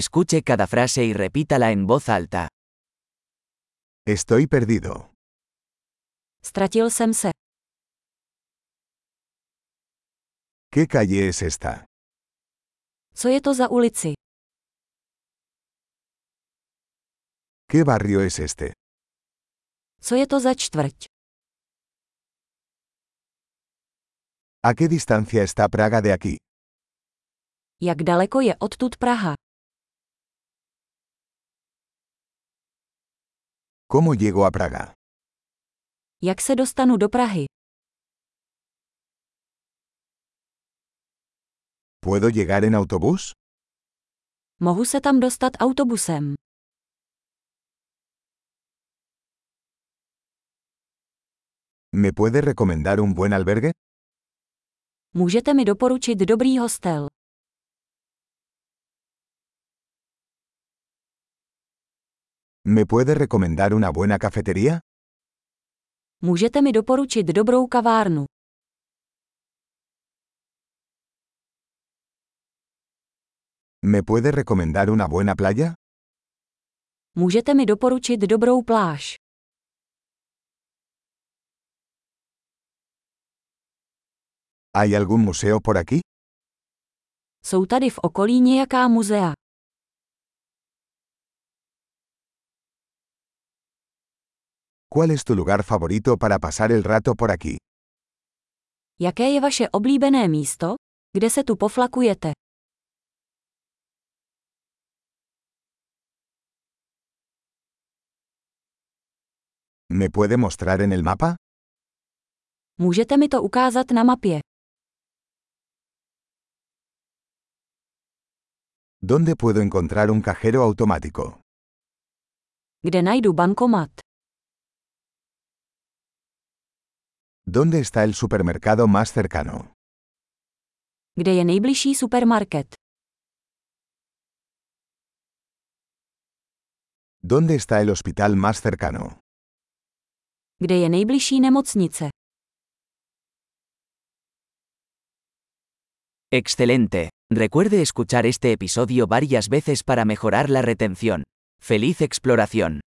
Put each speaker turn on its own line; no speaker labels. Escuche cada frase y repítala en voz alta.
Estoy perdido.
Ztratil jsem se.
¿Qué calle es esta?
Co je to za ulici?
¿Qué barrio es este?
Co je to za čtvrť?
¿A qué distancia está Praga de aquí?
Jak daleko je odtud Praha?
¿Cómo llego a Praga?
Jak se dostanu do Prahy?
¿Puedo llegar en autobús?
Mohu se tam dostat autobusem.
¿Me puede recomendar un buen albergue?
Můžete mi doporučit dobrý hostel.
¿Me puede recomendar una buena cafetería?
Můžete mi doporučit dobrou kavárnu.
¿Me puede recomendar una buena playa?
Můžete mi doporučit dobrou pláž.
¿Hay algún museo por aquí?
Jsou tady v okolí nějaká muzea.
¿Cuál es tu lugar favorito para pasar el rato por aquí?
Jaké je vaše oblíbené místo, kde se tu poflakujete?
¿Me puede mostrar en el mapa?
Můžete mi to ukázat na mapě.
¿Dónde puedo encontrar un cajero automático?
Kde najdu bankomat?
¿Dónde está el supermercado más cercano?
Kde je nejbližší supermarket?
¿Dónde está el hospital más cercano?
Kde je nejbližší nemocnice?
Excelente. Recuerde escuchar este episodio varias veces para mejorar la retención. ¡Feliz exploración!